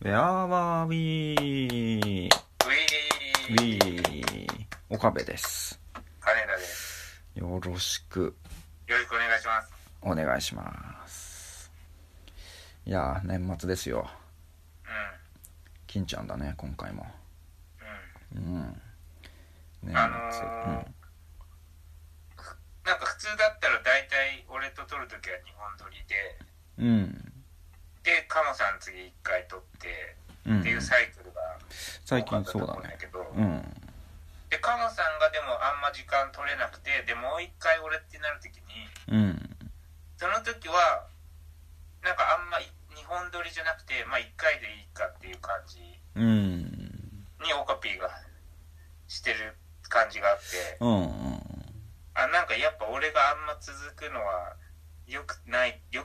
Where are we? ウィ We. ー岡部です。金田です。よろしくよろしくお願いします。お願いします。いやー、年末ですよ。う金ちゃんだね、今回も。ん。ううん。ん。年末。あのーなんか普通だったら大体俺と撮るときは日本撮りで、うん。うん。で、カモさん次1回撮って、うってんいう、サイクルが最近そうだ多かね。ったと思うんだけうん。ど、で、カモさんがでもあんま時間取れなくて、で、もう1回俺ってなるときに、うん。その時は、なんかあんまい日本撮りじゃなくて、まあ1回でいいかっていう感じうん。にオカピーがしてる感じがあって、うん。うん。あなんかやっぱ俺があんま続くのはよくないよ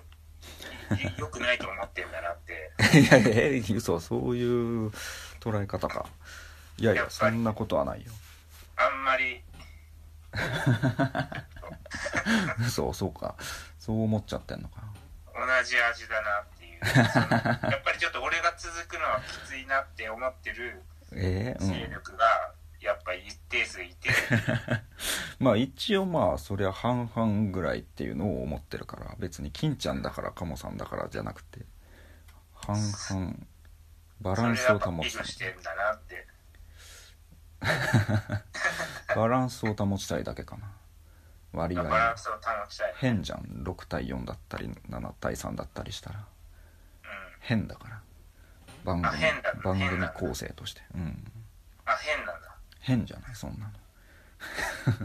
よくないと思ってんだなっていやいや、嘘、そういう捉え方か。いやいや、そんなことはないよ。あんまり嘘、 そうか。そう思っちゃってんのか。同じ味だなっていうそのやっぱりちょっと俺が続くのはきついなって思ってるええ勢うん。力がやっぱ一定数いて、まあ一応まあ、そりゃ半々ぐらいっていうのを思ってるから、別に金ちゃんだから、カモさんだからじゃなくて、半々、バそラれンがスやをっぱ保維ちたい持。してんだなってバランスを保ちたいだけかな。割バラ合ン。スを保ちたい、うん、変じゃん。6対4だったり、7対3だったりしたら。変だから。番組あ変だ、番変組だ構成として。うん。あ変なんだ変じゃないそんな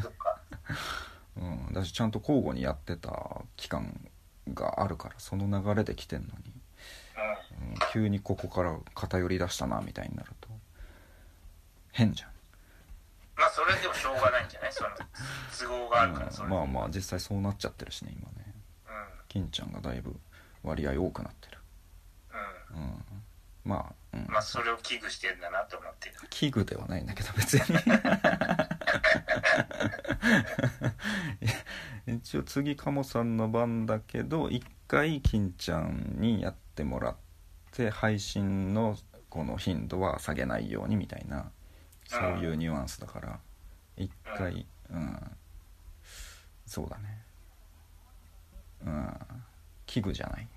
そっかのうんだしちゃんと交互にやってた期間があるからその流れで来てんのに、ううん、急にここから偏り出したなみたいになると変じゃんんまあそれでもしょうがないんじゃないその都合があるからそれ、うんまあまあ実際そうなっちゃってるしね今ね金ちゃんがだいぶ割合多くなってるうんうんうんまあ、うんまあ、それを危惧してんだなと思って。器具ではないんだけど別に一応次カモさんの番だけど一回金ちゃんにやってもらって配信のこの頻度は下げないようにみたいなそういうニュアンスだから一回うんそうだねうん器具じゃない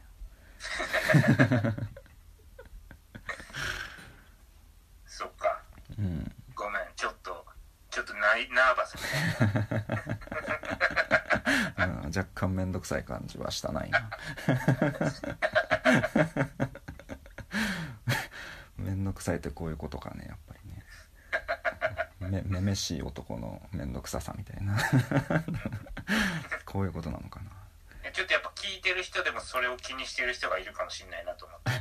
そっか。うんごめん。ちょっと、ちょっとナイナーバスみたいな。うん若干面倒くさい感じはしたない な面倒くさいってこういうことかねやっぱりねめめめしい男の面倒くささみたいな こういうことなのかなえちょっとやっぱ聞いてる人でもそれを気にしてる人がいるかもしれないなと思って。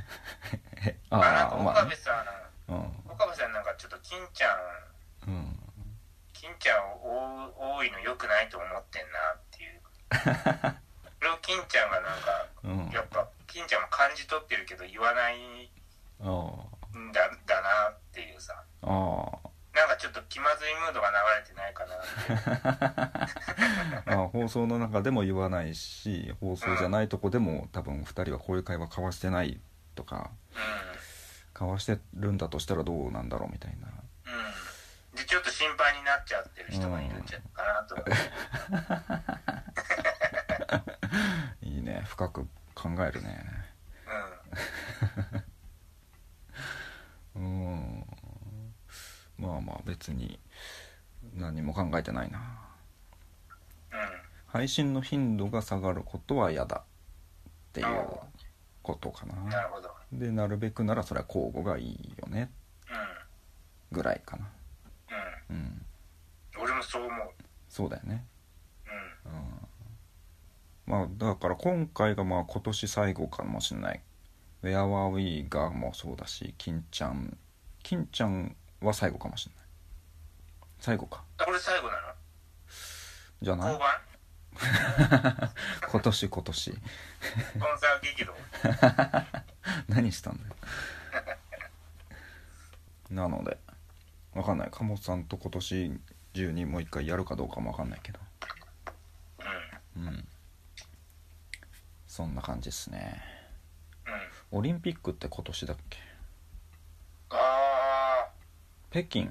えあなんあかあ岡ま部さん、あね岡部さんなんかちょっと金ちゃん、うんうん金ちゃんを多多いの良くないと思ってんなっ ていう。それを金ちゃんがなんか、うんやっぱ金ちゃんも感じ取ってるけど言わないんあだだなっていうさ。ああなんかちょっと気まずいムードが流れてないかなって。ああ放送の中でも言わないし放送じゃないとこでも多分2人はこういう会話交わしてないとかうん。交わしてるんだとしたらどうなんだろうみたいなうんでちょっと心配になっちゃってる人がいるんじゃないかなと思って、いいね深く考えるねううんまあまあ別に何も考えてないなんうん配信の頻度が下がることは嫌だっていうことかうんななるほどでなるべくならそれは交互がいいよねうんぐらいかなううんん俺もそう思うそうだよねうんうんまあだから今回がまあ今年最後かもしれない「Where Were We」がもうそうだし金ちゃん金ちゃんは最後かもしれない最後かあこれ最後なじゃのな交い番今年今年 コンサート劇場何したんだよなのでわかんない鴨さんと今年中にもう一回やるかどうかもわかんないけどうんうんそんな感じですねうんオリンピックって今年だっけ北京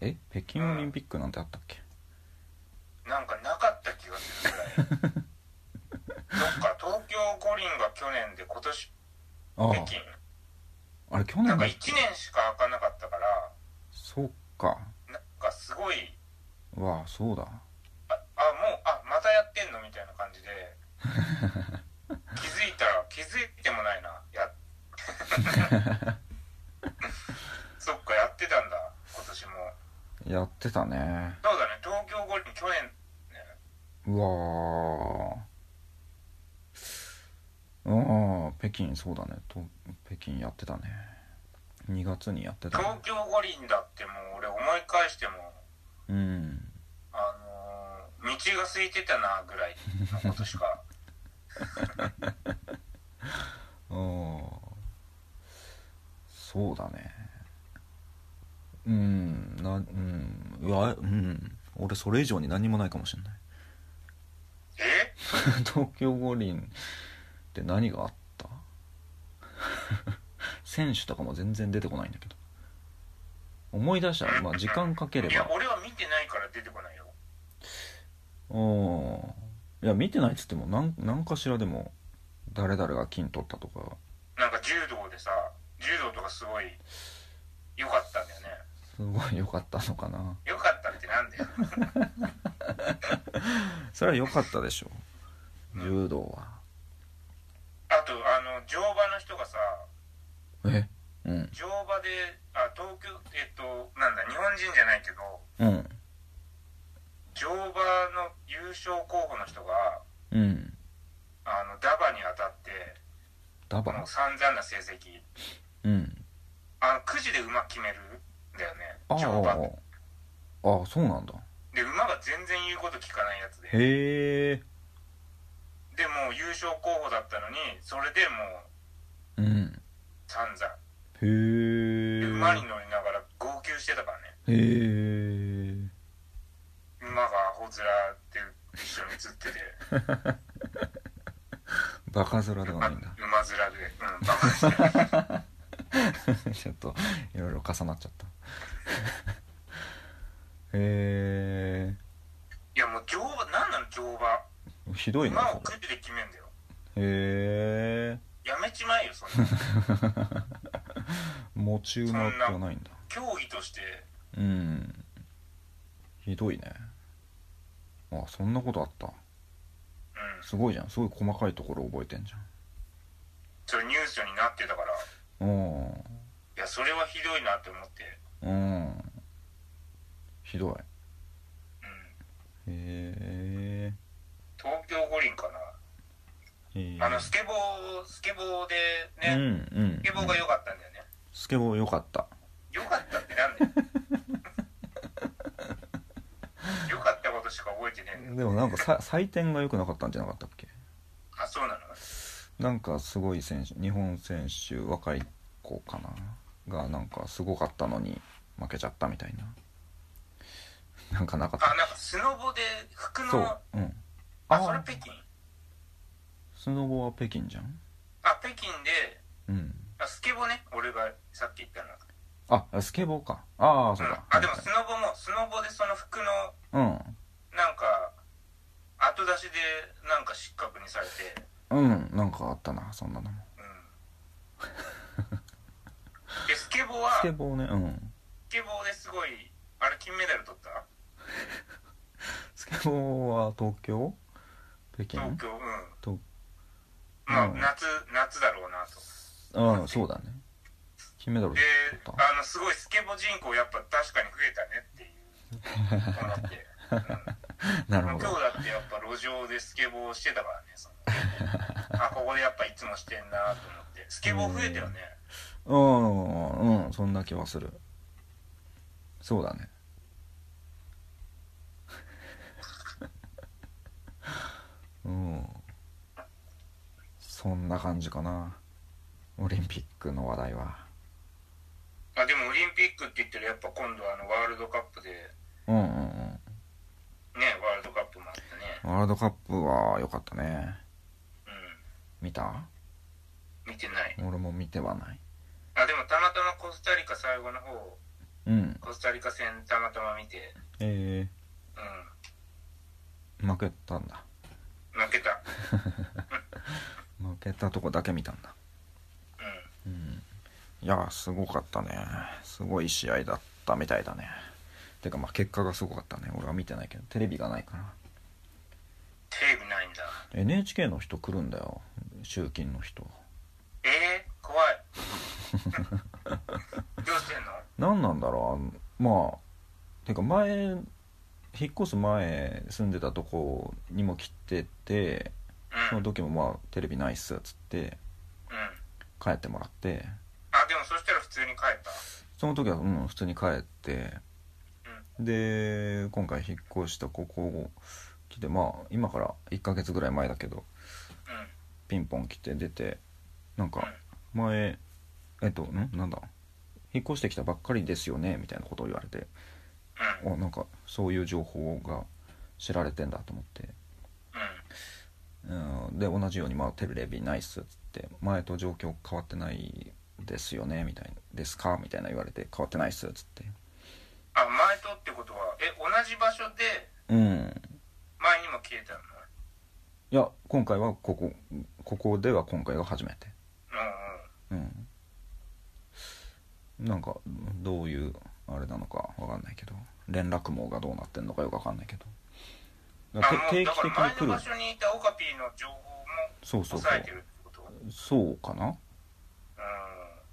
え北京オリンピックなんてあったっけなんかなかった気がするぐらいそっか東京五輪が去年で今年あ北京ああれ去な年んかだ1年しか開かなかったからそうかなんかすごいわあそうだああもうあまたやってんのみたいな感 じで気づいたら気づいてもないなや そっかやってたんだ今年もやってたねそうだね東京五輪去年ねうわーああ北京そうだねと北京やってたね2月にやってた東ね京五輪だってもう俺思い返してもうんあのー道が空いてたなぐらいのこと しかあーそうだねうんなうんうわうん俺それ以上に何もないかもしれないえ 東京五輪って何があった 選手とかも全然出てこないんだけど思い出したら、まあ、時間かけれい やば俺は見てないから出てこないようんいや見てないっつっても何何かしらでも誰々が金取ったとかなんか柔道でさ柔道とかすごい良かったんだよねすごい良かったのかな良かったってなんだよそれは良かったでしょ柔道はあとあの乗馬の人がさえうん乗馬であ東京えっとなんだ日本人じゃないけどうん乗馬の優勝候補の人がうんあのダバに当たってダもバう散々な成績うんあのくじで馬決めるんだよねああ乗馬ああそうなんだで馬が全然言うこと聞かないやつでへえでもう優勝候補だったのにそれでもううん散々へえで馬に乗りながら号泣してたからねへえ馬がほずらって一緒に映っててバカ面では馬ない面んだでうん馬面して ちょっといろいろ重なっちゃった へいやもう乗馬なんなの乗馬えひどいな馬そをくじで決めんだよれへえやめちまえよそ んな持ち馬ってはないんだ競技としてうんひどいねあそんなことあったうんすごいじゃんすごい細かいところ覚えてんじそれニュースになってたからいゃんうんやそれはひどいなって思ってうんひどいへうんえ東京五輪かなあのスケボースケボーでうんねうんスケボーが良かったんだよねスケボー良かった良かったってなん だよ良かったことしか覚えてねえんだよでもなんかさ採点が良くなかったんじゃなかったっけあそうなのなんかすごい選手日本選手若い子かながなんかすごかったのに負けちゃったみたいななんかなかっあたなんかスノボで服そうのうんあそれ北京スノボは北京じゃんあ北京でうんあスケボーね俺がさっき言ったのあスケボーかああそううんだ、あでもスノボもスノボでその服のなんか後出しでなんか失格にされてうんうんなんかあったなそんなのもうん でスケボーはススケボーねうんケボーですごいあれ金メダル取ったスケボーは東京北京東京うんとまあうん夏夏だろうなとうんそうだね金メダルで取ったあのすごいスケボー人口やっぱ確かに増えたねって いう思ってなる今ほ日どだってやっぱ路上でスケボーしてたからねそのあここでやっぱいつもしてんなと思ってスケボー増えたよねうんうんそんな気はするそうだね うんそんな感じかなオリンピックの話題はあでもオリンピックって言ったらやっぱ今度あのワールドカップでうんうんうんねワールドカップもあってねワールドカップは良かったねう見たん見てない俺も見てはないあでもたまたまコスタリカ最後の方うんコスタリカ戦たまたま見て、えうー、負けたんだん、負けた。負けたとこだけ見たんだううんいやーすごかったねすごい試合だったみたいだねてかまあ結果がすごかったね俺は見てないけどテレビがないからん。テレビないんだ。 NHK の人来るんだよ集金の人えー、怖い。どうしてんの何なんだろうあのまあてか前引っ越す前住んでたとこにも来ててそうのん。うん。時もまあテレビないっすっつって帰ってもらってあ、でもそしたら普通に帰った。その時はうん普通に帰ってで今回引っ越したここ来てまあ今から1ヶ月ぐらい前だけどうん。うん。ピンポン来て出てなんうんか前えっとんなんだ引っ越してきたばっかりですよねみたいなことを言われてうん。おなんかそういう情報が知られてんだと思って、うん。うん、で同じように、まあ「テレビないっす」っつって「前と状況変わってないですよね」みたいな「ですか?」みたいな言われて「変わってないっす」っつってあ、前とってことは、え、同じ場所でうん前にも消えたのいや今回はここここでは今回が初めてううんなんかどういうあれなのかわかんないけど連絡網がどうなってんのかよくわかんないけどんうん。あ、てもう、定だ期か的に来ら前のる場所にいたオカピーの情報もそうそうそ抑えうてるってことうん。そうかな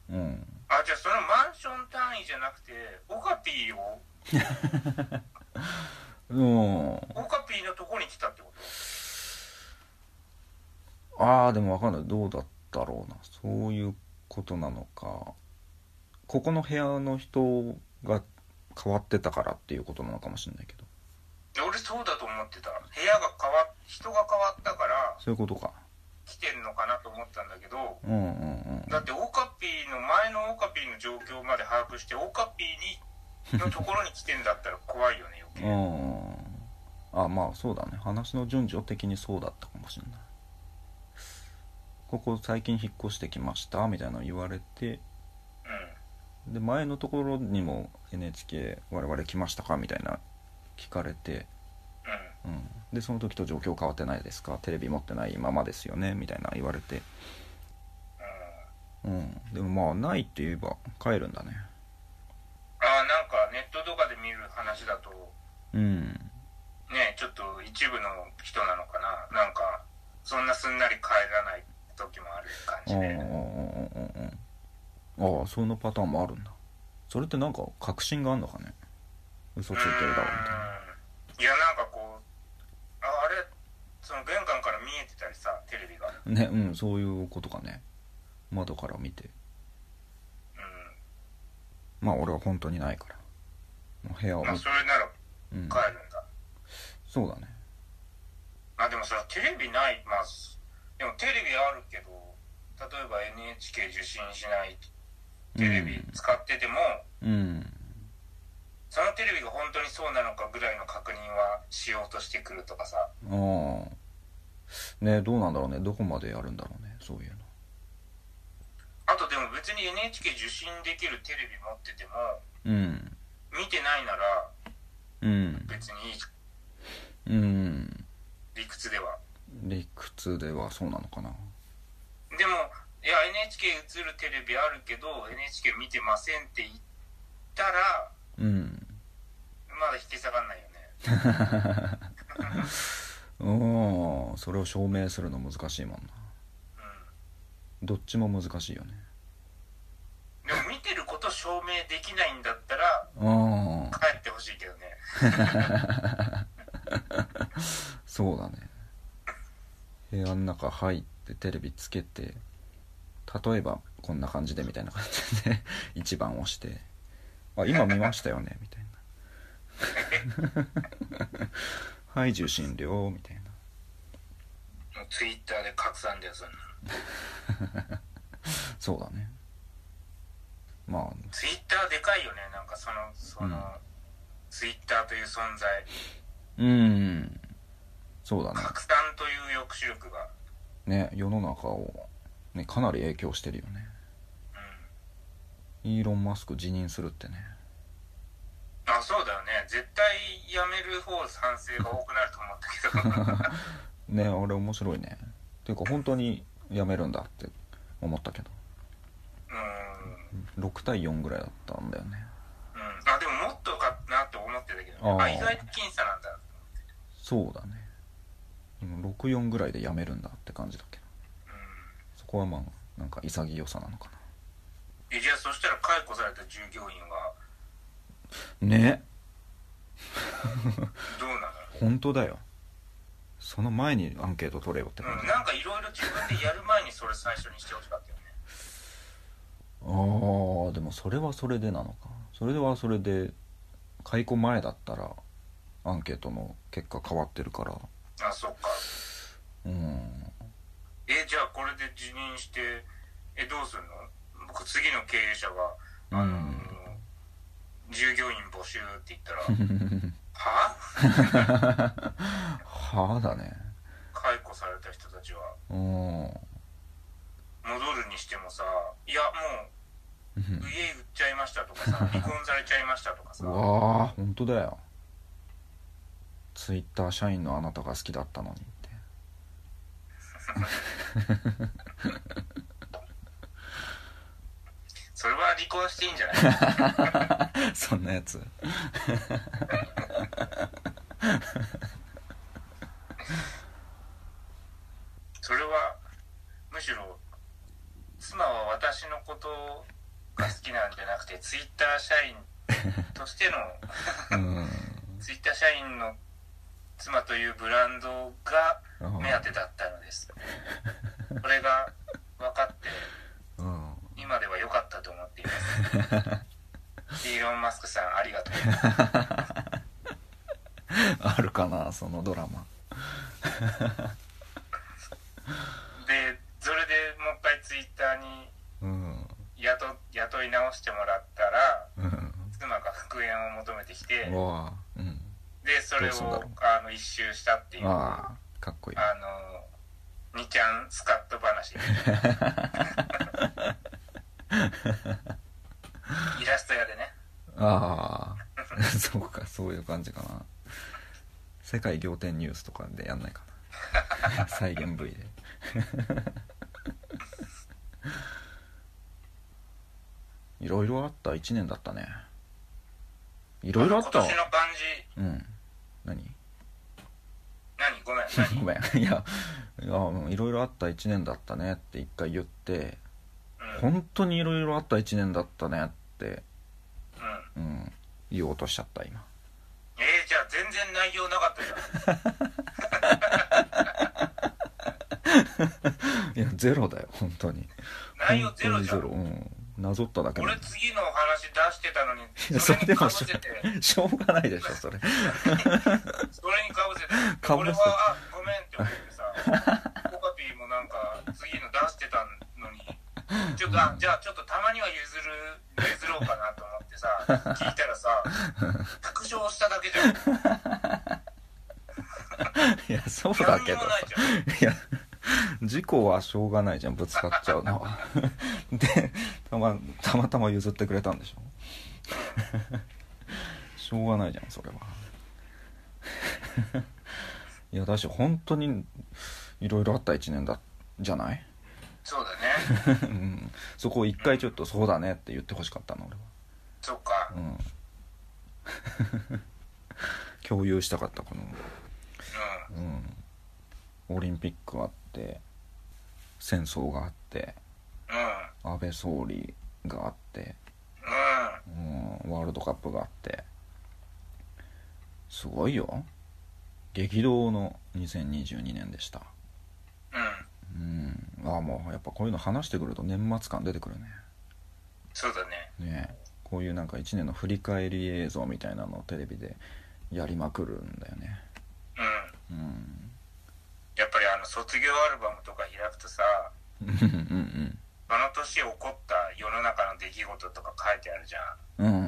うんあ、じゃあそのマンション単位じゃなくて、オカピーを、うんオカピーのとこに来たってことああでも分かんないどうだったろうなそういうことなのかここの部屋の人が変わってたからっていうことなのかもしれないけどで俺そうだと思ってた部屋が変わっ人が変わったからそういうことか来てんのかなと思ったんだけどうんうんうんだってオカピーの前のオカピーの状況まで把握してオカピーにのところに来てんだったら怖いよね余計うんあまあそうだね話の順序的にそうだったかもしれないここ最近引っ越してきましたみたいなの言われてで前のところにも NHK 我々来ましたかみたいな聞かれてうんうん、でその時と状況変わってないですかテレビ持ってないままですよねみたいな言われて、うんうんうん、でもまあないって言えば帰るんだねああなんかネットとかで見る話だとうんねちょっと一部の人なのかななんかそんなすんなり帰らない時もある感あじあああでああああああそのパターンもあるんだそれってなんか確信があんのかね嘘ついてるだろうみたいなうんいやなんかこうああれその玄関から見えてたりさテレビがうんねうんそういうことかね窓から見てまあ俺は本当にないからもう部屋をまあ見それならうん、帰るんだ、そうだねあでもそれテレビないまあすでもテレビあるけど例えば NHK 受信しないテレビ使ってても、うんそのテレビが本当にそうなのかぐらいの確認はしようとしてくるとかさああねどうなんだろうねどこまでやるんだろうねそういうのあとでも別に NHK 受信できるテレビ持っててもうん見てないならうん別にいいうん理屈では理屈ではそうなのかなでもいや NHK 映るテレビあるけど NHK 見てませんって言ったらうんまだ引き下がんないよね うんそれを証明するの難しいもんなうどっちも難しいよねんでも見てること証明できないんだったらああ帰ってほしいけどねそうだね部屋の中入ってテレビつけて例えばこんな感じでみたいな感じで 一番押して「あ今見ましたよね」みたいな「 はい受信料」みたいなもうツイッターで拡散だよそんなのそうだねまあツイッターでかいよねなんかそのその、うんツイッターという存在うんそうだね拡散という抑止力がね世の中を、ね、かなり影響してるよねうんイーロン・マスク辞任するってね まあそうだよね絶対やめる方賛成が多くなると思 ったけどねあれ面白いねっていうか本当にやめるんだって思ったけどうーん6対4ぐらいだったんだよねうん、あでももっとかなって思ってたけど、あね、ああ意外と僅差なんだそうだね64ぐらいでやめるんだって感じだけどうそこはまあなんか潔さなのかんえじゃあそしたら解雇された従業員はなねどうな本当だよその前にアンケート取れよっての、感うん、じ、なんかいろいろ自分でやる前にそれ最初にしてほしかったよねああでもそれはそれでなのかそれではそれで解雇前だったらアンケートの結果変わってるからあそっかうん えじゃあこれで辞任してえどうするの僕次の経営者が、うんあの従業員募集って言 ったらははあだね解雇された人たちはうん戻るにしてもさいやもうう家売っちゃいましたとか さ離婚されちゃいましたとかさんうわあ本当だよツイッター社員のあなたが好きだったのにってそれは離婚していいんじ ゃないそんなやつそれはむしろ妻は私のことが好きなんじゃなくてツイッター社員としてのうんツイッター社員の妻というブランドがう目当てだったのですこれが分かってん今では良かったと思っていますイーロン・マスクさんありがとうあるかなそのドラマでそれでもう一回ツイッターにうん雇雇い直してもらったらうん妻が復縁を求めてきてうわあうんでそれどうすんだをろうあの一周したっていうあああかっこいいの2ちゃんスカッと 話イラスト屋でねああ そうかそういう感じかな世界仰天ニュースとかでやんないかな 再現 V でいろいろあった1年だったねいろいろあった今年の感じうん何何ごめん何 ごめんいやいやもういろいろあった1年だったねって一回言ってうん、うん、本当にいろいろあった1年だったねって、うん、言おうとしちゃった今えー、じゃあ全然内容なかったじゃいんやゼロだよ本当に内容ゼロ本じ当ゃにんうんなぞっただけ俺だ次の話出してたのにいやそれでもそしれにかぶせてょしょうがないでしょ それそれにかぶせてかぶ俺せてはあごめんって思ってさ コカピーもなんか次の出してたのにちょっとあじゃあちょっとたまには譲る譲ろうかなと思ってさ聞いたらさ 確証しただけじゃんいやそうだ何にけどもないじゃいやん事故はしょうがないじゃんぶつかっちゃうの はでたまたまたま譲ってくれたんでしょしょうがないじゃんそれ はいやだし本当にいろいろあった1年だじゃない、そうだねうん、そこを一回ちょっと「そうだね」って言ってほしかったの俺は。そっかうん 共有したかったこの、ううん、オリンピックあって戦争があってんうん安倍総理があって、うんうん、ワールドカップがあってすごいよ激動の2022年でしたうんうんああもうやっぱこういうの話してくると年末感出てくるねそうだねねえこういうなんか1年の振り返り映像みたいなのをテレビでやりまくるんだよねうんうんやっぱりあの卒業アルバムとか開くとさうんうんその年起こった世の中の出来事とか書いてあるじゃうんん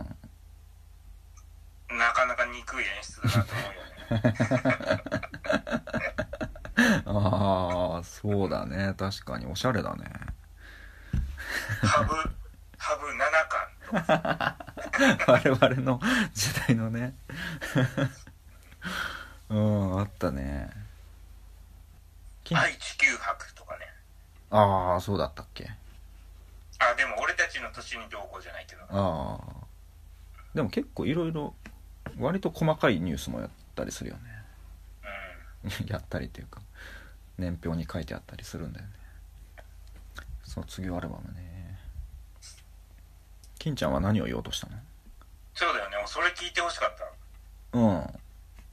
うんなかなか憎い演出だなと思うよね。ああそうだね確かにおしゃれだね ハブ、ハブ7巻。我々の時いのね うんあったねき愛地球博とかねああそうだったっけあでも俺たちの年にどうこうじゃないけどなああでも結構いろいろ割と細かいニュースもやったりするよね うやったりっていうか年表に書いてあったりするんだよね卒業アルバムね金ちゃんは何を言おうとしたんそうだよねそれ聞いてほしかったのうん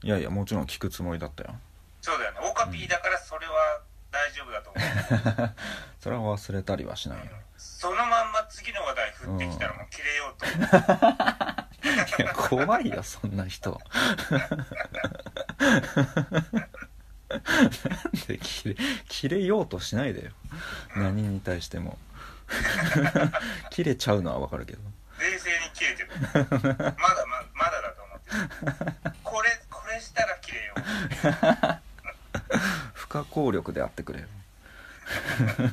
いやいやもちろん聞くつもりだったよ そうだよねオカピーだからそれは大丈夫だと思う、それは忘れたりはしないよそのまんま次の話題振ってきたらもう切れようと思ういや怖いよそんな人なんで切れ切れようとしないでよ何に対しても 切れちゃうのはわかるけど冷静に切れてるまだままだだと思ってるこれこれしたら切れよう不可抗力であってくれよ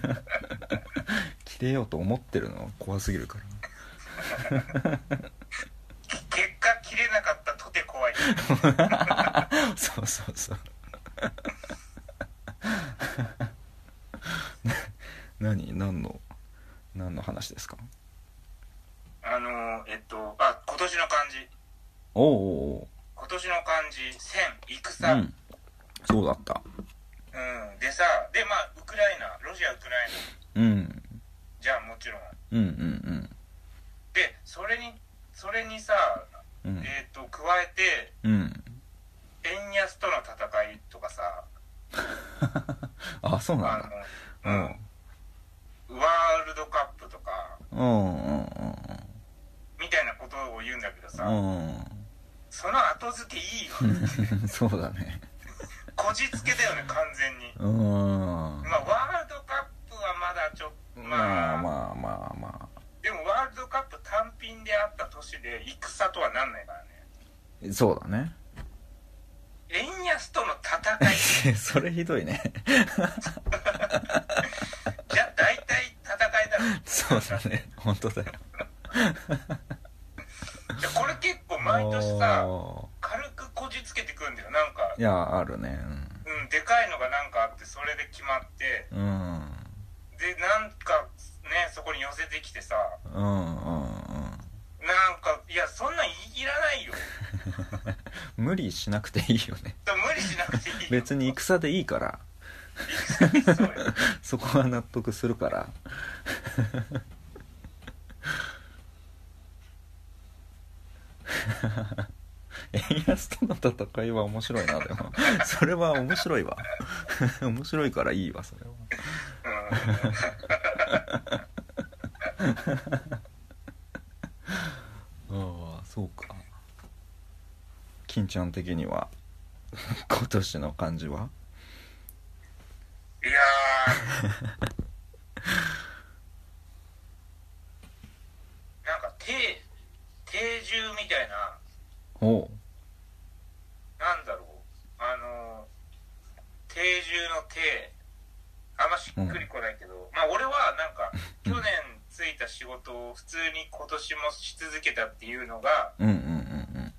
切れようと思ってるのは怖すぎるから結果切れなかったとて怖い そうそうそうな何何の何の話ですかあのえっとあ今年の漢字おうおう今年の漢字「戦」「おう戦」ううんんそうだったでさでまあウクライナロシアウクライナうんじゃあもちろんうんうんでそれにそれにさうんうんえっと加えてうん円安との戦いとかさ あそうなあんだうの、んうん、ワールドカップとかうんうんみたいなことを言うんだけどさ、うんその後付けいいよねうん そうだねこじつけだよね完全にうんままあワールドカップはまだちょっとまあ、あまあまあまでもワールドカップ単品であった年で戦とはなんないからねあそうだね 円安との戦いそれひどいね じゃあ大体戦いだろそう だね本当だよじゃあこれ結構毎年さお軽くこじつけてくんだよなんかーいやあるねうんでかいのがなんかあってそれで決まってうんうんでなんかねそこに寄せてきてさうんうんなんかいやそんなんいいらないようん無理しなくていいよね でも無理しなくていいよ別に戦でいいからそうよそこは納得するから 円安との戦いは面白いなでもそれは面白いわ 面白いからいいわそれはああそうか金ちゃん的には今年の感じはいや ーなんか定定住みたいなおうなんだろうあのー定住の定あんましっくりこないけど、まあ俺はなんか去年ついた仕事を普通に今年もし続けたっていうのがうんうんうん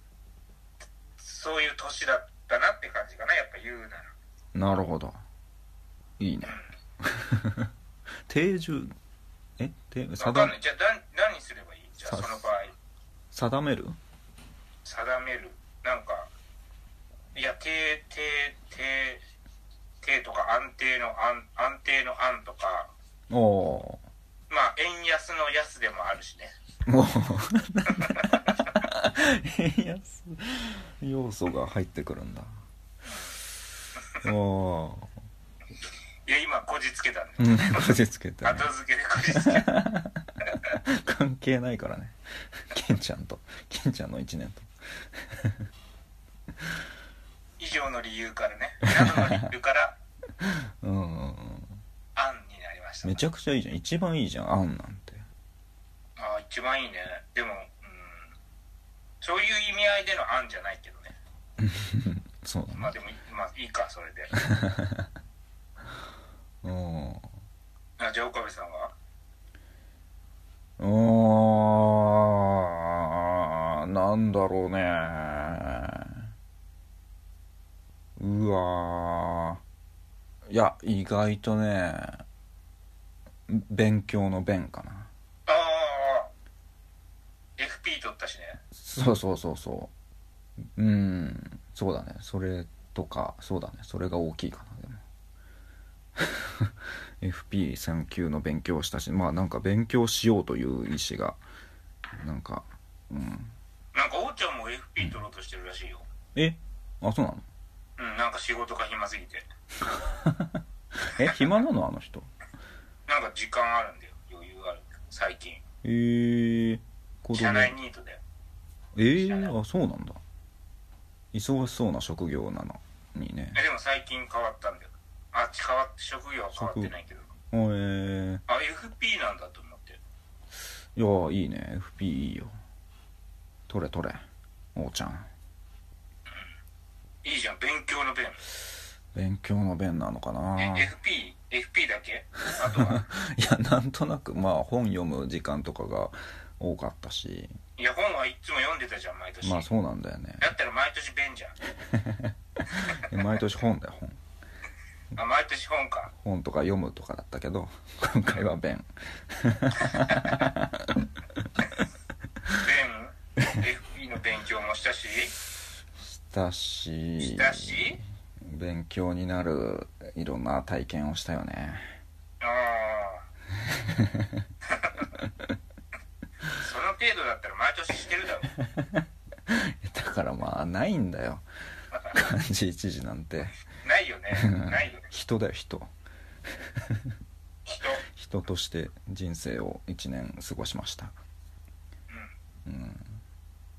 そういう年だったなって感じかなやっぱ言うならうんなるほどいいね 定住え定わか定んないじゃあだ何すればいいじゃあさその場合定める定めるなんかいや定定定定とか安定の安安定の安とかおおまあ円安の安でもあるしねーもう 円安要素が入ってくるんだおおいや今こじつけたんーでうんこじつけてね後付けでこじつけた関係ないからね金ちゃんと金ちゃんの1年と以上の理由からねなどの理由からうんうんうん安になりましためちゃくちゃいいじゃん一番いいじゃんあんなんてああ一番いいねでもうんそういう意味合いでの安じゃないけどねそうだまあねでもまあいいかそれでうんあじゃあ岡部さんはうーん、なんなんだろうねうわーいや意外とね勉強の勉かなああ FP 取ったしねそうそうそうそううんそうだねそれとかそうだねそれが大きいか なでも FP3 級の勉強をしたしまあなんか勉強しようという意思がなんかうんなんかおうちゃんも FP 取ろうとしてるらしいよえあそうなの うんなんか仕事が暇すぎてえ暇なのあの人なんか時間あるんだよ余裕あるんだよ最近えー、子社内ニートでえー、あそうなんだ忙しそうな職業なのにねえでも最近変わったんだよあっち変わって職業は変わってないけどあえあ FP なんだと思ってー、いやいいね FP いいよ取れ取れおうちゃんいいじゃん勉強の勉勉強の弁なのかなえ FP?FP だけあと はいやなんとなくまあ本読む時間とかが多かったしいや本はいつも読んでたじゃん毎年、まあそうなんだよねだったら毎年弁じゃんえ毎年本だよ本あ毎年本か本とか読むとかだったけど今回は弁弁 FP の勉強もしたししたししたし勉強になるいろんな体験をしたよね ああその程度だったら毎年してるだろだからまあないんだよ漢字一字なんてないよねないよね人だよ人人人として人生を1年過ごしましたうん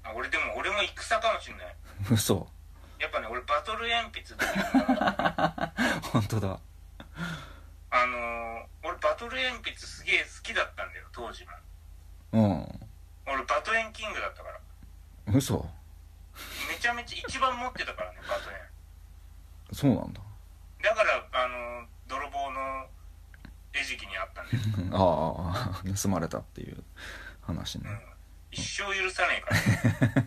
あ俺でも俺も戦かもしんない嘘 やっぱね俺バトル鉛筆っていうのが本当だあのー俺バトル鉛筆すげえ好きだったんだよ当時もうん俺バトエンキングだったから嘘めちゃめちゃ一番持ってたからねバトエンそうなんだ だからあのー泥棒の餌食にあったんだよ、うんああ盗まれたっていう話ねうん、一生許さねえから、ね、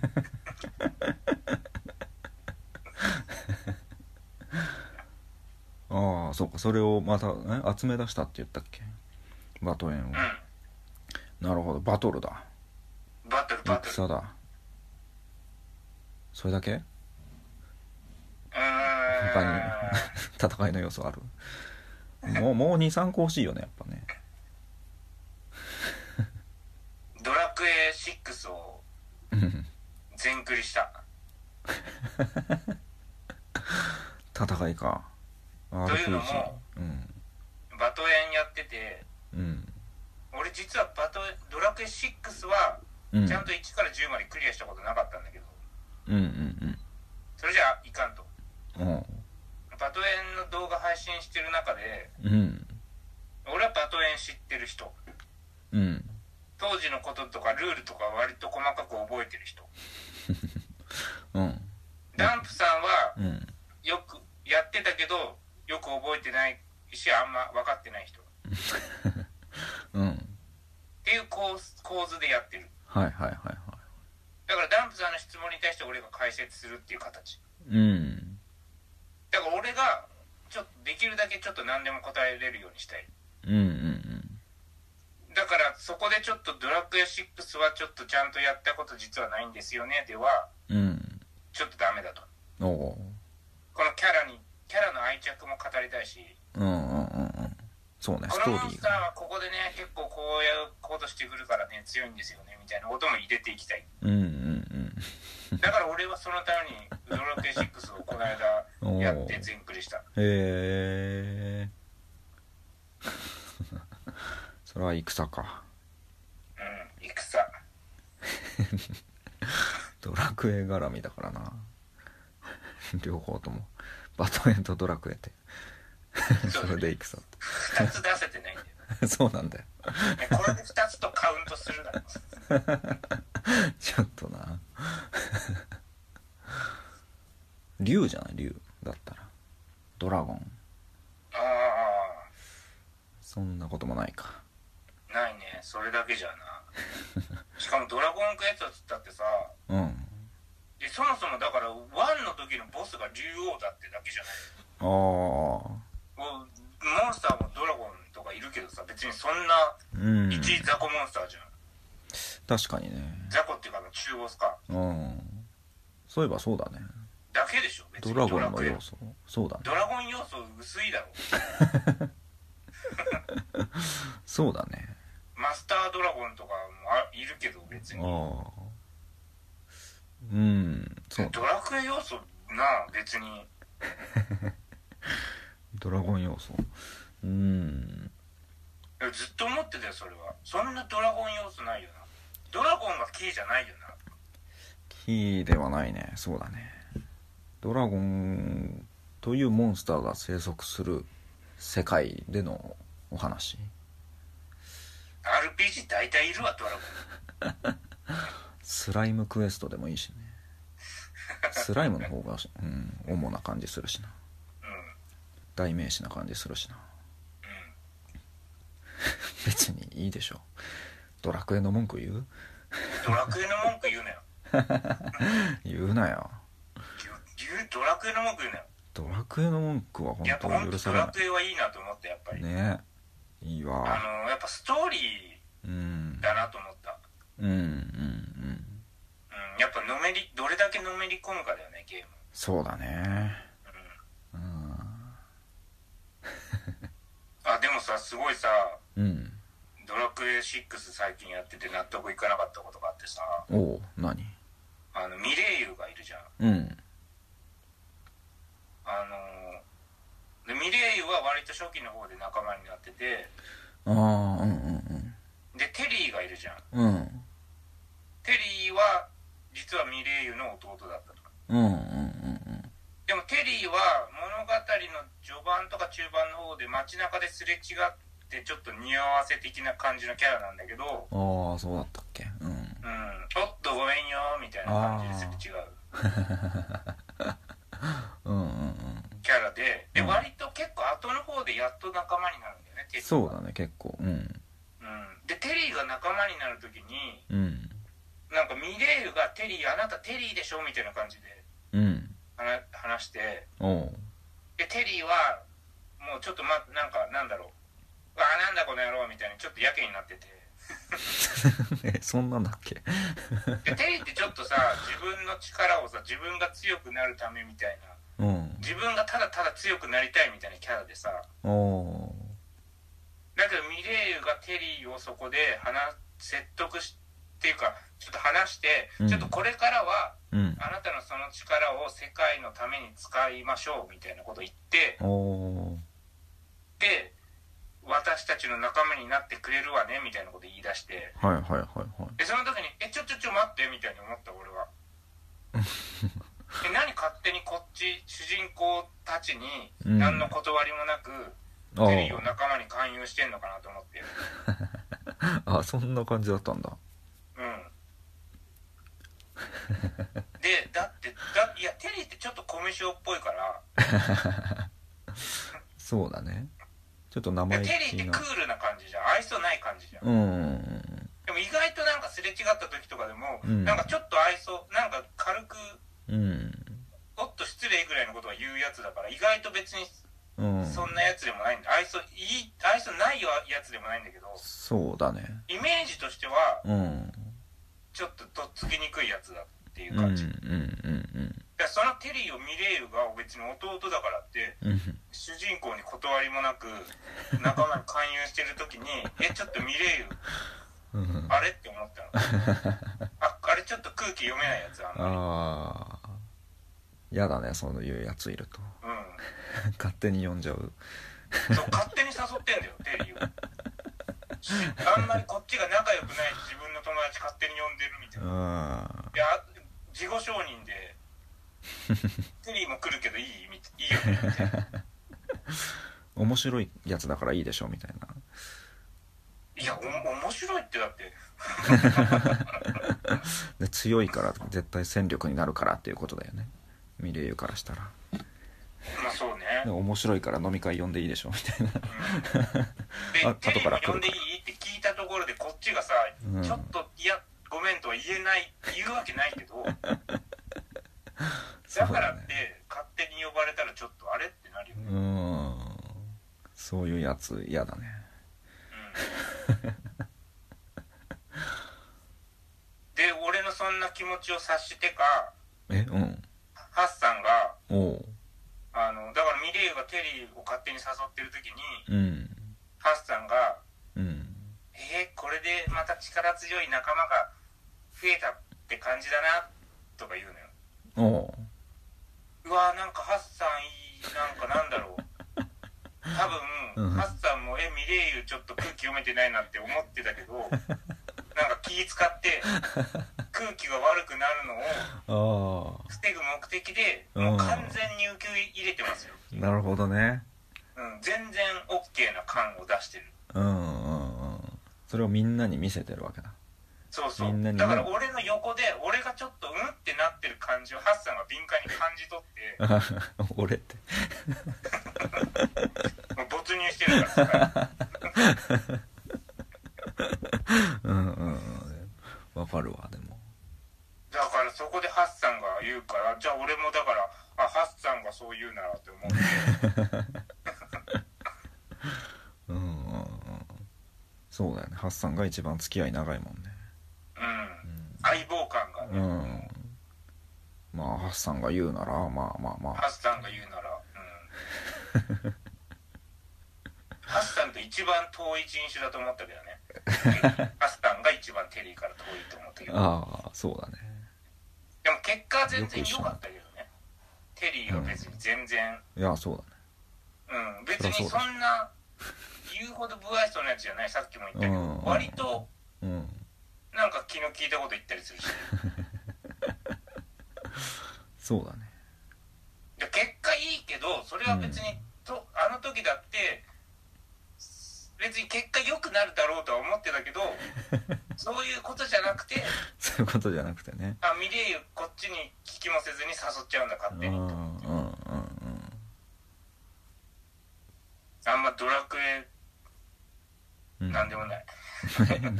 ああそうかそれをまた、ね、集め出したって言ったっけバトエンをなるほどバトルだうんバトルバトルう戦だそれだけ ーん他に戦いの要素あるもう もう23個欲しいよねやっぱねドラクエ6をうん全クリした戦いかというの RPG もうんバトエンやっててうん俺実はバトエドラクエ6はうんちゃんと1から10までクリアしたことなかったんだけどうんうんそれじゃいかんとうんおうバトエンの動画配信してる中でうん俺はバトエン知ってる人うん当時のこととかルールとか割と細かく覚えてる人うんダンプさんはうんよくやってたけどよく覚えてないしあんま分かってない人っうんていう構図構図でやってるはいはいはいはだからダンプさんの質問に対して俺が解説するっていう形いうんだから俺がちょっとできるだけちょっと何でも答えれるようにしたいうんうんうんだからそこでちょっと「ドラクエ6はちょっとちゃんとやったこと実はないんですよね」ではうんちょっとダメだとおおこのキャラにキャラの愛着も語りたいしうんうんうんうんそうねこストのーモンリスーターがはここでね結構こういうことしてくるからね強いんですよねみたいなことも入れていきたいうんうんだから俺はそのために「ドラクエ6をこの間うんおやおって全クリしたへえ それは戦かうん戦ドラクエ絡みだからな 両方ともバトエンとドラクエって それで戦っ2つ出せてないんだよてそう なんだよねこれで2つとカウントするなちょっとな 竜じゃない竜だったらドラゴンああそんなこともないかないねそれだけじゃなしかも「ドラゴンクエスト」っつったってさうんでそもそもだから1の時のボスが竜王だってだけじゃないああもうモンスターもドラゴンとかいるけどさ別にそんなうん一雑魚モンスターじゃん、確かにね雑魚っていうか中ボスかうんそういえばそうだねだけでしょ別ドラにゴンのクエ要素そうだねドラゴン要素薄いだろそうだねマスタードラゴンとかもあいるけど別にああうんそうドラクエ要素なあ別にドラゴン要素うんずっと思ってたよそれはそんなドラゴン要素ないよなドラゴンがキーじゃないよなキーではないねそうだねドラゴンというモンスターが生息する世界でのお話 RPG 大体いるわドラゴンスライムクエストでもいいしねスライムの方が、うん、主な感じするしなうん代名詞な感じするしなうん別にいいでしょドラクエの文句言うドラクエの文句言うなよ言うなよ言う言うドラクエの文句言うなよドラクエの文句は本やっぱ当本に当許さドれラなクエはいいなと思ったやっぱいり、ねいいわあのやっぱストーリーうんだなと思った、うんうんうんうん、やっぱのめりどれだけのめり込むかだよねゲームそうだねううんんあでもさすごいさうんドラクエ6最近やってて納得いかなかったことがあってさおお何あのミレイユがいるじゃんうんあのーでミレイユは割と初期の方で仲間になっててああうんうんでテリーがいるじゃんうんうんテリーは実はミレイユの弟だったとうんうんうんでもテリーは物語の序盤とか中盤の方で街中ですれ違ってちょっと匂わせ的な感じのキャラなんだけどうんああそうだったっけうんうん「おっとごめんよ」みたいな感じですれ違ううんうんうんキャラででうん割と結構後の方でやっと仲間になるんだよねテリーがそうだね結構うんうん、でテリーが仲間になる時にうんなんかミレイユが「テリーあなたテリーでしょ」みたいな感じでうん話話しておおでテリーはもうちょっとまなんかなんだろう「うわあなんだこの野郎」みたいにちょっとやけになってて。 えそんなんだっけでテリーってちょっとさ自分の力をさ自分が強くなるためみたいなうん自分がただただ強くなりたいみたいなキャラでさおおだけどミレイユがテリーをそこで話説得しっていうかちょっと話して、うんちょっとこれからはうんあなたのその力を世界のために使いましょうみたいなこと言っておおで私たちの仲間になってくれるわねみたいなこと言い出してはいはいはいはいでその時に「えちょちょちょ待って」みたいに思った 俺はえ何勝手にこっち主人公たちにうん何の断りもなく、あテリーを仲間に勧誘してんのかなと思ってああそんな感じだったんだうん でだってだいやテリーってちょっとコミュ障っぽいからそうだねちょっと名で前テリーってクールな感じじゃん愛想ない感じじゃんうんうんうんでも意外となんかすれ違った時とかでも、うんなんかちょっと愛想なんか軽くうんおっと失礼ぐらいのことは言うやつだから意外と別にうんそんなやつでもないんだ愛想いい愛想ないよやつでもないんだけどそうだねイメージとしてはうんちょっととっつきにくいやつだっていううんうん感じ、だからそのテリーをミレイユが別に弟だからってうんうん主人公に断りもなく仲間に勧誘してる 時にえちょっとミレイユうんあれって思ったのああれちょっと空気読めないやつあんまりああやだねそういうやついるとう勝手に呼んじゃうんそう勝手に誘ってんだよテリーをしあんまりこっちが仲良くない自分の友達勝手に呼んでるみたいなあいや自己承認でテリーも来るけどいいみたいいいよねみたいな面白いやつだからいいでしょみたいないやお面白いってだってで強いから絶対戦力になるからっていうことだよねミレイユからしたらまあそうね、で面白いから飲み会呼んでいいでしょみたいなであテ後かリーもら来るから呼んでいいって聞いたところでこっちがさ、うん ちょっといやごめんとは言えない言うわけないけそうどだだねからって勝手に呼ばれたらちょっとあれってなるよね、うーんそういうやつ嫌だねで俺のそんな気持ちを察してかえうんハッサンがおうあのだからミレイユがテリーを勝手に誘ってる時にうんハッサンがうん「えー、これでまた力強い仲間が増えたって感じだな」とか言うのよおううわーなんかハッサンいいなんかなんだろう多分、うんハッサンも「えミレイユちょっと空気読めてないな」って思ってたけ どなんか気使って空気が悪くなるのをあ防ぐ目的でうんもう完全に受け入れてますよ、あなるほどねうん、全然 OK な感を出してるうんうんうんそれをみんなに見せてるわけだ そうそうみんなにねだから俺の横で俺がちょっとうんってなってる感じをハッサンが敏感に感じ取ってあはは俺ってもう没入してるから世界にうんうんうんわかるわでもだからそこでハッサンが言うからじゃあ俺もだからあハッサンがそう言うならって思ってうんうんうんそうだよねハッサンが一番付き合い長いもんねうん相棒感がうね、ん、うん、まあハッサンが言うならまあまあまハあッサンが言うならうんハッサンと一番遠い人種だと思ったけどね ハッサンが一番テリーから遠いと思ったけどああそうだねでも結果は全然良かったけどねテリーは別に全然いやそうだねうん、別そにりゃそそうんな言うほど不愛想なやつじゃないさっきも言ったけど、うん割とうんなんか気の利いたこと言ったりするしそうだねで結果いいけどそれは別に、とあの時だって別に結果良くなるだろうとは思ってた けどそういうことじゃなくてそういうことじゃなくてねあミレイユこっちに聞きもせずに誘っちゃうんだ勝うんう手にんうんとうんあんまドラクエうんなんでもないえ 何あん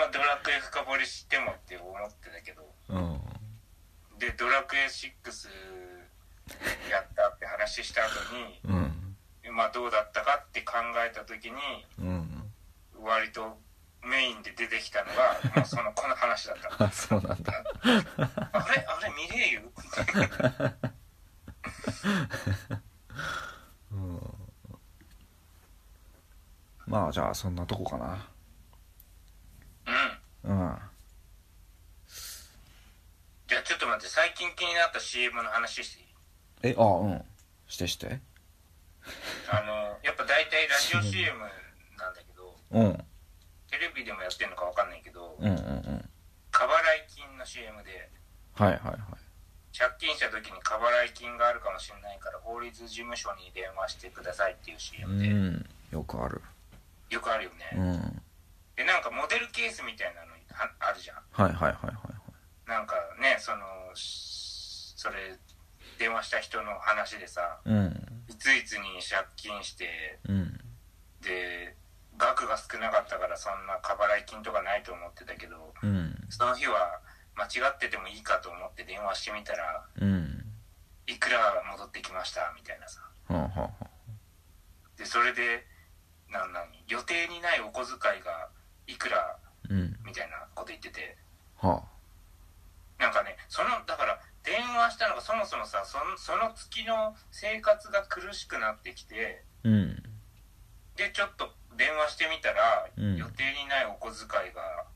まドラクエ深掘りしてもって思ってたけどうんでドラクエ6やったって話した後にうんまあどうだったかって考えた時にうん割とメインで出てきたのが、まあ、そのこの話だったあそうなんだあれあれミレイユうんまあじゃあそんなとこかなうんうんじゃあちょっと待って最近気になった CM の話していいえあうんしてしてあのやっぱ大体ラジオ CM なんだけどうんうんテレビでもやってるのかわかんないけどうんうん過払い金の CM ではいはいはい借金した時に過払い金があるかもしれないから法律事務所に電話してくださいっていう CM で、うんよくあるよくあるよね、うんはいでなんかモデルケースみたいなのああるじゃんはいはいはいはいなんかねそのしそれ電話した人の話でさうんいついつに借金してうんで額が少なかったからそんな過払い金とかないと思ってたけどうんその日は間違っててもいいかと思って電話してみたらうんいくら戻ってきましたみたいなさはあはあはあでそれでなんなん予定にないお小遣いがいくらうんみたいなこと言っててはなんかね、その、だから、電話したのがそもそもさ、その、その月の生活が苦しくなってきて、あうんで、ちょっと電話してみたら、うん予定にないお小遣いが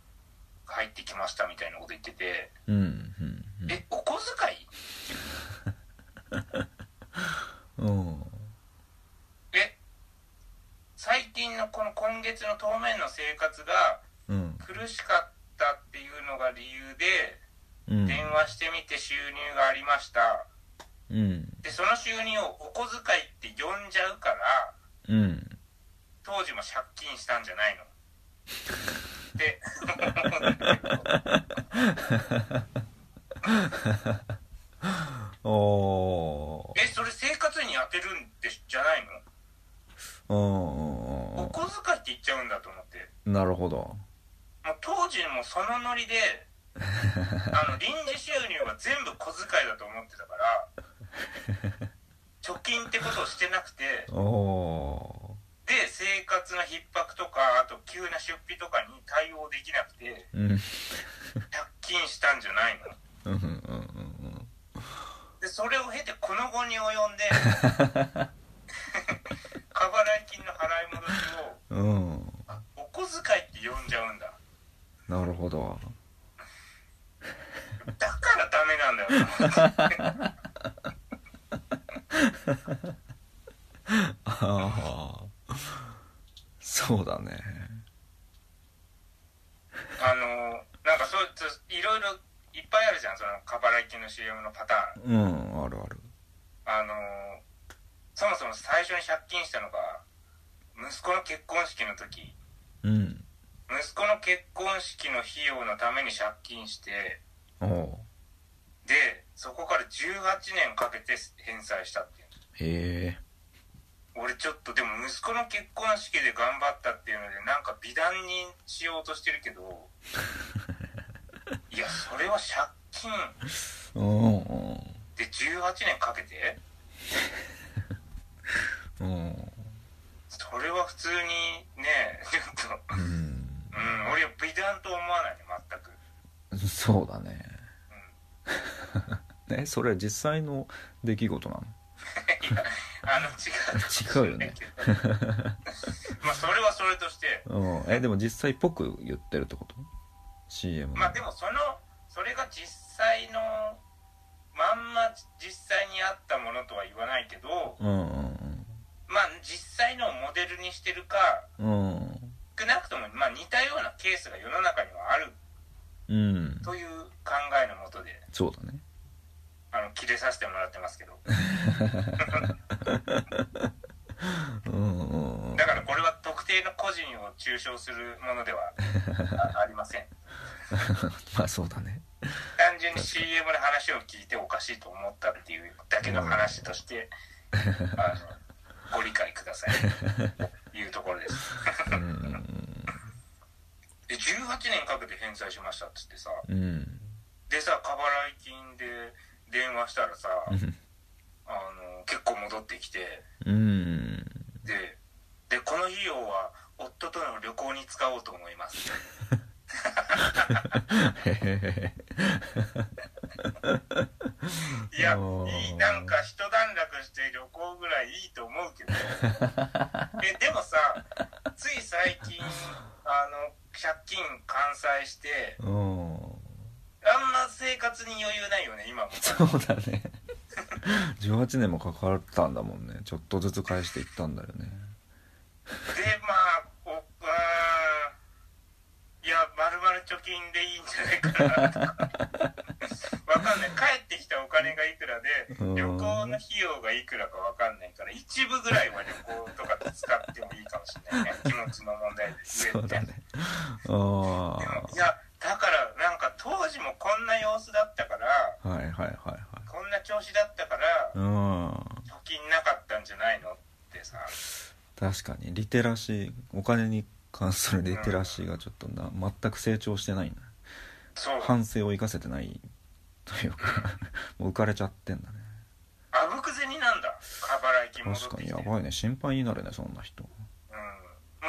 入ってきましたみたいなこと言ってて、うんうんえ、お小遣いうんうんえ、最近のこの今月の当面の生活がうん苦しかったっていうのが理由で、うん電話してみて収入がありました。うんで、その収入をお小遣いって呼んじゃうから、うん当時も借金したんじゃないので おーえそれ生活に当てるんでじゃないうんのうんうお小遣いって言っちゃうんだと思ってんなるほど もう当時もそのノリであの臨時収入は全部小遣いだと思ってたから貯金ってことをしてなくておおで生活の逼迫とかあと急な出費とかに対応できなくてーうん借金したんじゃないのうんうんうんうんでそれを経てこの後に 及んで過払い金の払い戻しをうんうんあお小遣いって呼んじゃうんだなるほどだからダメなんだよと思ってああそうだねあのなんかそうついろいろいっぱいあるじゃんその過払い金の CM のパターンうんあるあるあのそもそも最初に借金したのが息子の結婚式の時うん息子の結婚式の費用のために借金しておおでそこから18年かけて返済したっていうへえ俺ちょっとでも息子の結婚式で頑張ったっていうのでなんか美談にしようとしてるけどいやそれは借金うんうんで18年かけてうんそれは普通にねちょっとうんうん俺は美談と思わないね全くそうだね ねそれは実際の出来事なのあの違う違うよね まあそれはそれとしてうん、えでも実際っぽく言ってるってこと ?CM のまあでもそのそれが実際のまんま実際にあったものとは言わないけどうんまあ実際のをモデルにしてるかうん少なくともまあ似たようなケースが世の中にはあるうんうんという考えのもとでそうだね あの切れさせてもらってますけどうんうんうんだからこれは特定の個人を中傷するものではあありませんまあそうだね単純に CM の話を聞いておかしいと思ったっていうだけの話としてあのご理解くださいというところですうんうんで18年かけて返済しましたっつってさうんうんでさ過払い金で電話したらさあの結構戻ってきてうん ででこの費用は夫との旅行に使おうと思いますへへへいや、いおーい、なんか一段落して旅行ぐらいいいと思うけど。え、でもさ、つい最近、あの、借金完済して、うんあんま生活に余裕ないよね、今も。そうだね18年もかかったんだもんねちょっとずつ返していったんだよねで、まあ、お、うーん。いや、まるまる貯金でいいんじゃないかなとか。わかんない。帰ってきたお金がいくらで、うん旅行の費用がいくらかわかんないから、一部ぐらいは旅行とかで使ってもいいかもしれない ね。気持ちの問題で言えて。そうだねあいや、だから、なんか当時もこんな様子だったから、あはいはいはいはいこんな調子だったから、うん貯金なかったんじゃないのってさ。確かにリテラシーお金に関するリテラシーがちょっとな全く成長してないなそう。反省を生かせてないというか もう浮かれちゃってんだねあぶく銭なんだ。過払い金戻確かってきにて。やうん。ばいね心配になるねそんな人も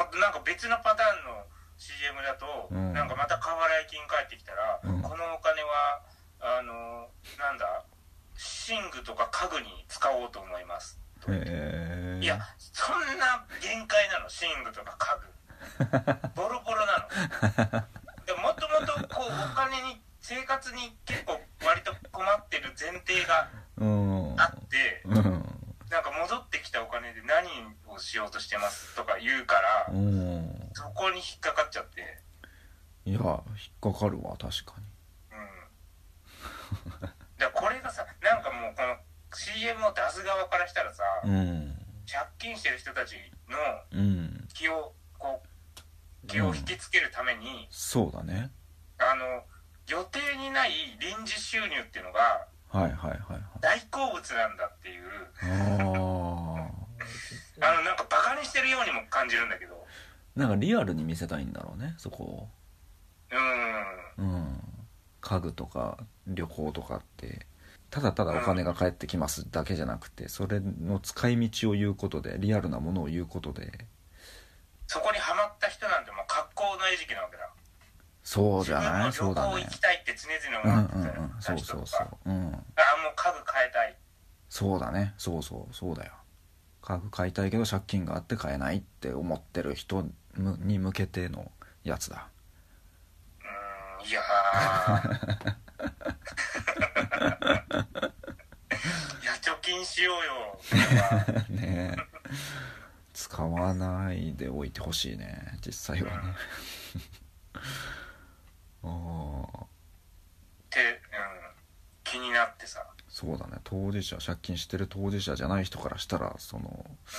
っとなんか別のパターンの CM だと、うんなんかまた過払い金返ってきたら、うんこのお金は、あの、なんだ、寝具とか家具に使おうと思います。へえいや、そんな限界なの、寝具とか 家具。ボロボロなの。でもともとこうお金に、生活に結構割と困ってる前提がうんあって、うんなんか戻ってきたお金で何をしようとしてますとか言うから、うんそこに引っかかっちゃって、いや引っかかるわ確かうん。だからこれがさ、なんかもうこの CM を出す側からしたらさ、にうん借金してる人たちのうん気を、こう、気を引きつけるために、そうだねあの予定にない臨時収入っていうのがはいはいはいはい大好物なんだっていうああのなんかバカにしてるようにも感じるんだけどうあんかリアルに見せたいんだろうねそこをーんうん家具とか旅行とかってただただお金が返ってきますだけじゃなくてそれの使い道を言うことでリアルなものを言うことでそこにハマった人なんてもう格好の餌食なわけだそう自じゃ分なもいそう旅だ行ね行きたいって常々うんうん思ってうんたそう人そとうそかううんあもう家具変えたいそうだねそうそうそうだよ家具買いたいけど借金があって買えないって思ってる人むに向けてのやつだうーんいやー いや貯金しようよそれはねえ使わないでおいてほしいね実際はね ああって、うん、気になってさ、そうだね当事者借金してる当事者じゃない人からしたらそのう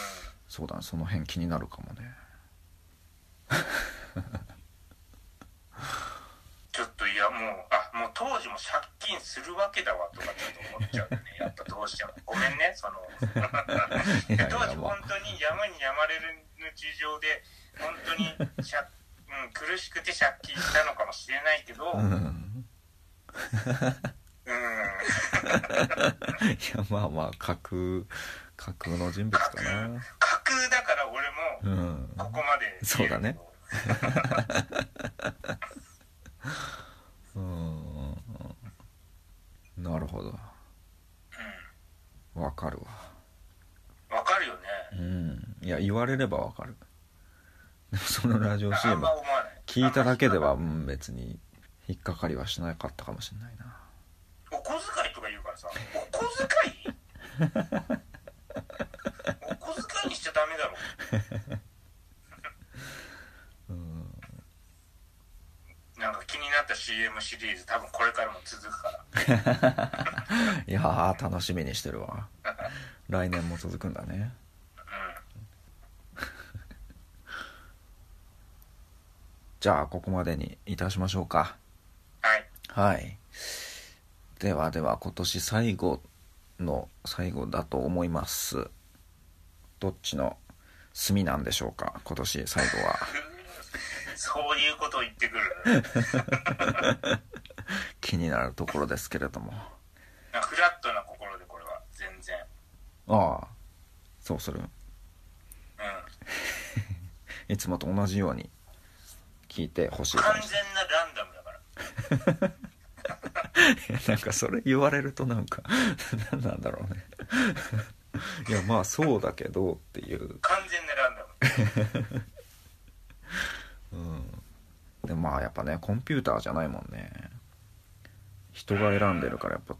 そうだねその辺気になるかもねん、ちょっといやもうあもう当時も借金するわけだわとかちょっと思っちゃうよねやっぱどうしてもごめんねそのいや 当時や本ば当に山にやまれる事情で本当に借、うん、苦しくて借金したのかもしれないけど、ううんんいやまあまあ架空架空の人物架か空な架空だから俺もうんここまで言そうけどだねうんうんうんなるほどわかるわうん、わかるよねうんいや言われればわかるでもそのラジオあん CM ま思わない聞いただけではあうんまん別に引っかかりはしなかったかもしれないなお小遣いとか言うからさお小遣いお小遣いにしちゃダメだろ うんなんか気になった CM シリーズ多分これからも続くからいやー楽しみにしてるわ来年も続くんだねじゃあここまでにいたしましょうかはいはいではでは今年最後の最後だと思いますどっちの墨なんでしょうか今年最後はそういうことを言ってく る気になるところですけれどもなんかフラットな心でこれは全然ああそうするういつもと同じように聞いてほしいん完感全なランダムだからじ なんかそれ言われるとなんか 何なんだろうね いやまあそうだけどっていう完全なランダムうんでもまあやっぱねコンピューターじゃないもんね人が選んでるからやっぱ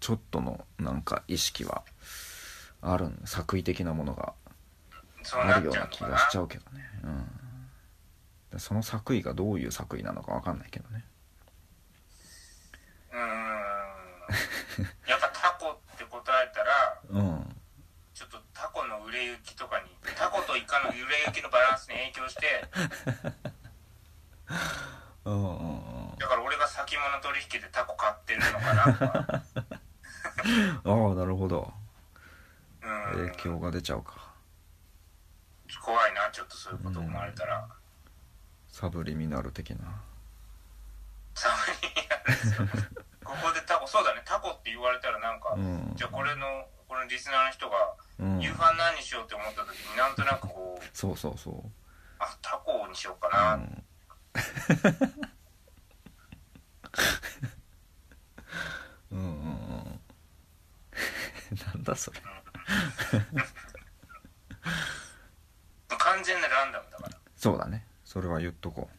ちょっとのなんか意識はあるん作為的なものがそうなあっるようちゃうなの気かがなしちゃうけどねうんでその作為がどういう作為なのかわかんないけどねうーんやっぱタコって答えたらうんちょっとタコの売れ行きとかにタコとイカの売れ行きのバランスに影響してうんうんうんだから俺が先物取引でタコ買ってるのかなとかああなるほどうん影響が出ちゃうか怖いなちょっとそういうこと思われたら、サブリミナル的な寒いやですよここでタコそうだねタコって言われたらなんか、うんじゃあこれのこのリスナーの人がうん夕飯何にしようって思った時になんとなくこうそうそうそうあタコにしようかうな、んうん うんうんなんだそれ完全なランダムだからいそうだねそれは言っとこ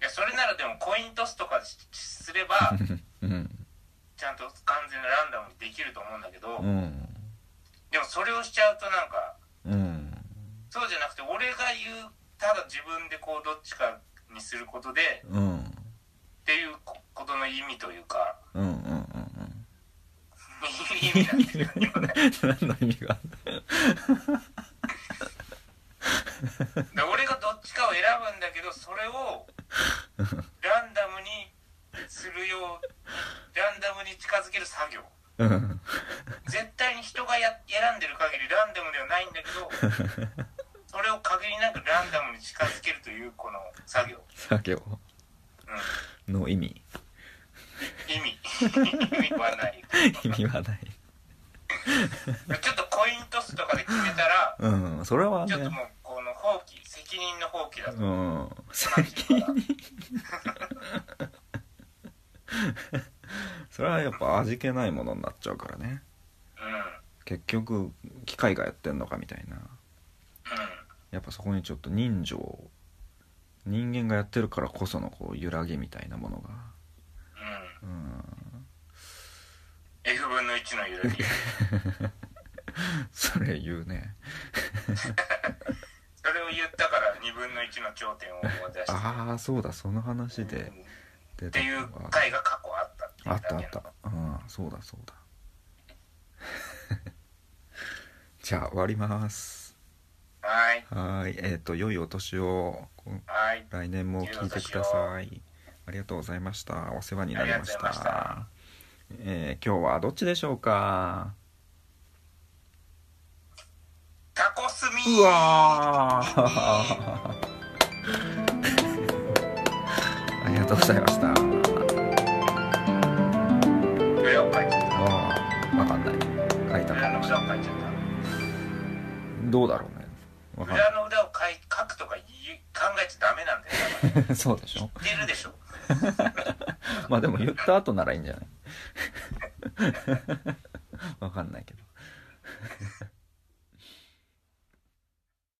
やそれならでもコイントスとかしす ればううんちゃんと完全なランダムにできると思うんだけど、うんでもそれをしちゃうとなんかうんそうじゃなくて俺が言うただ自分でこうどっちかにすることでうんっていうこことの意味という かうんうんうんうん意味なんて何もない何の意味があで俺がどっちかを選ぶんだけどそれ をランダムにするようランダムに近づける作業るうん絶対に人がや選んでる限りランダムではないんだけど それを限りなくランダムに近づけるというこの作業、作業うん、の意味意 味意味はない意味はないちょっとコイントスとかで決めたらうんそれはちょっとねもうこの放棄責任の放棄だとうん責任それはやっぱ味気ないものになっちゃうからねうんうん結局機械がやってんのかみたいなやっぱそこにちょっと人情人間がやってるからこそのこう揺らぎみたいなものがうんうん F 分の1の揺らぎそれ言うねそれを言ったから2分の1の頂点を思い出してああそうだその話うんで出ってたいうのが回が過去あったっていうあだっけたあのったうんそうだそうだ じゃあ終わりますはいはーいえっ、と良いお年をこんはい来年も聞いてくださいありがとうございましたお世話になりましありがとうございたまえー今日はどっちでしょうかタコスミうわー ありがとうございましたあ裏を書いちゃっあわかんない書いたた裏かのもし裏れをない書いちゃったどうだろうねわかん裏の裏を書い書くとか言い考えちゃダメなんだよだかない そうでしょら言ってるでしょまあでも言った 後ならいいんじゃないわかんないけど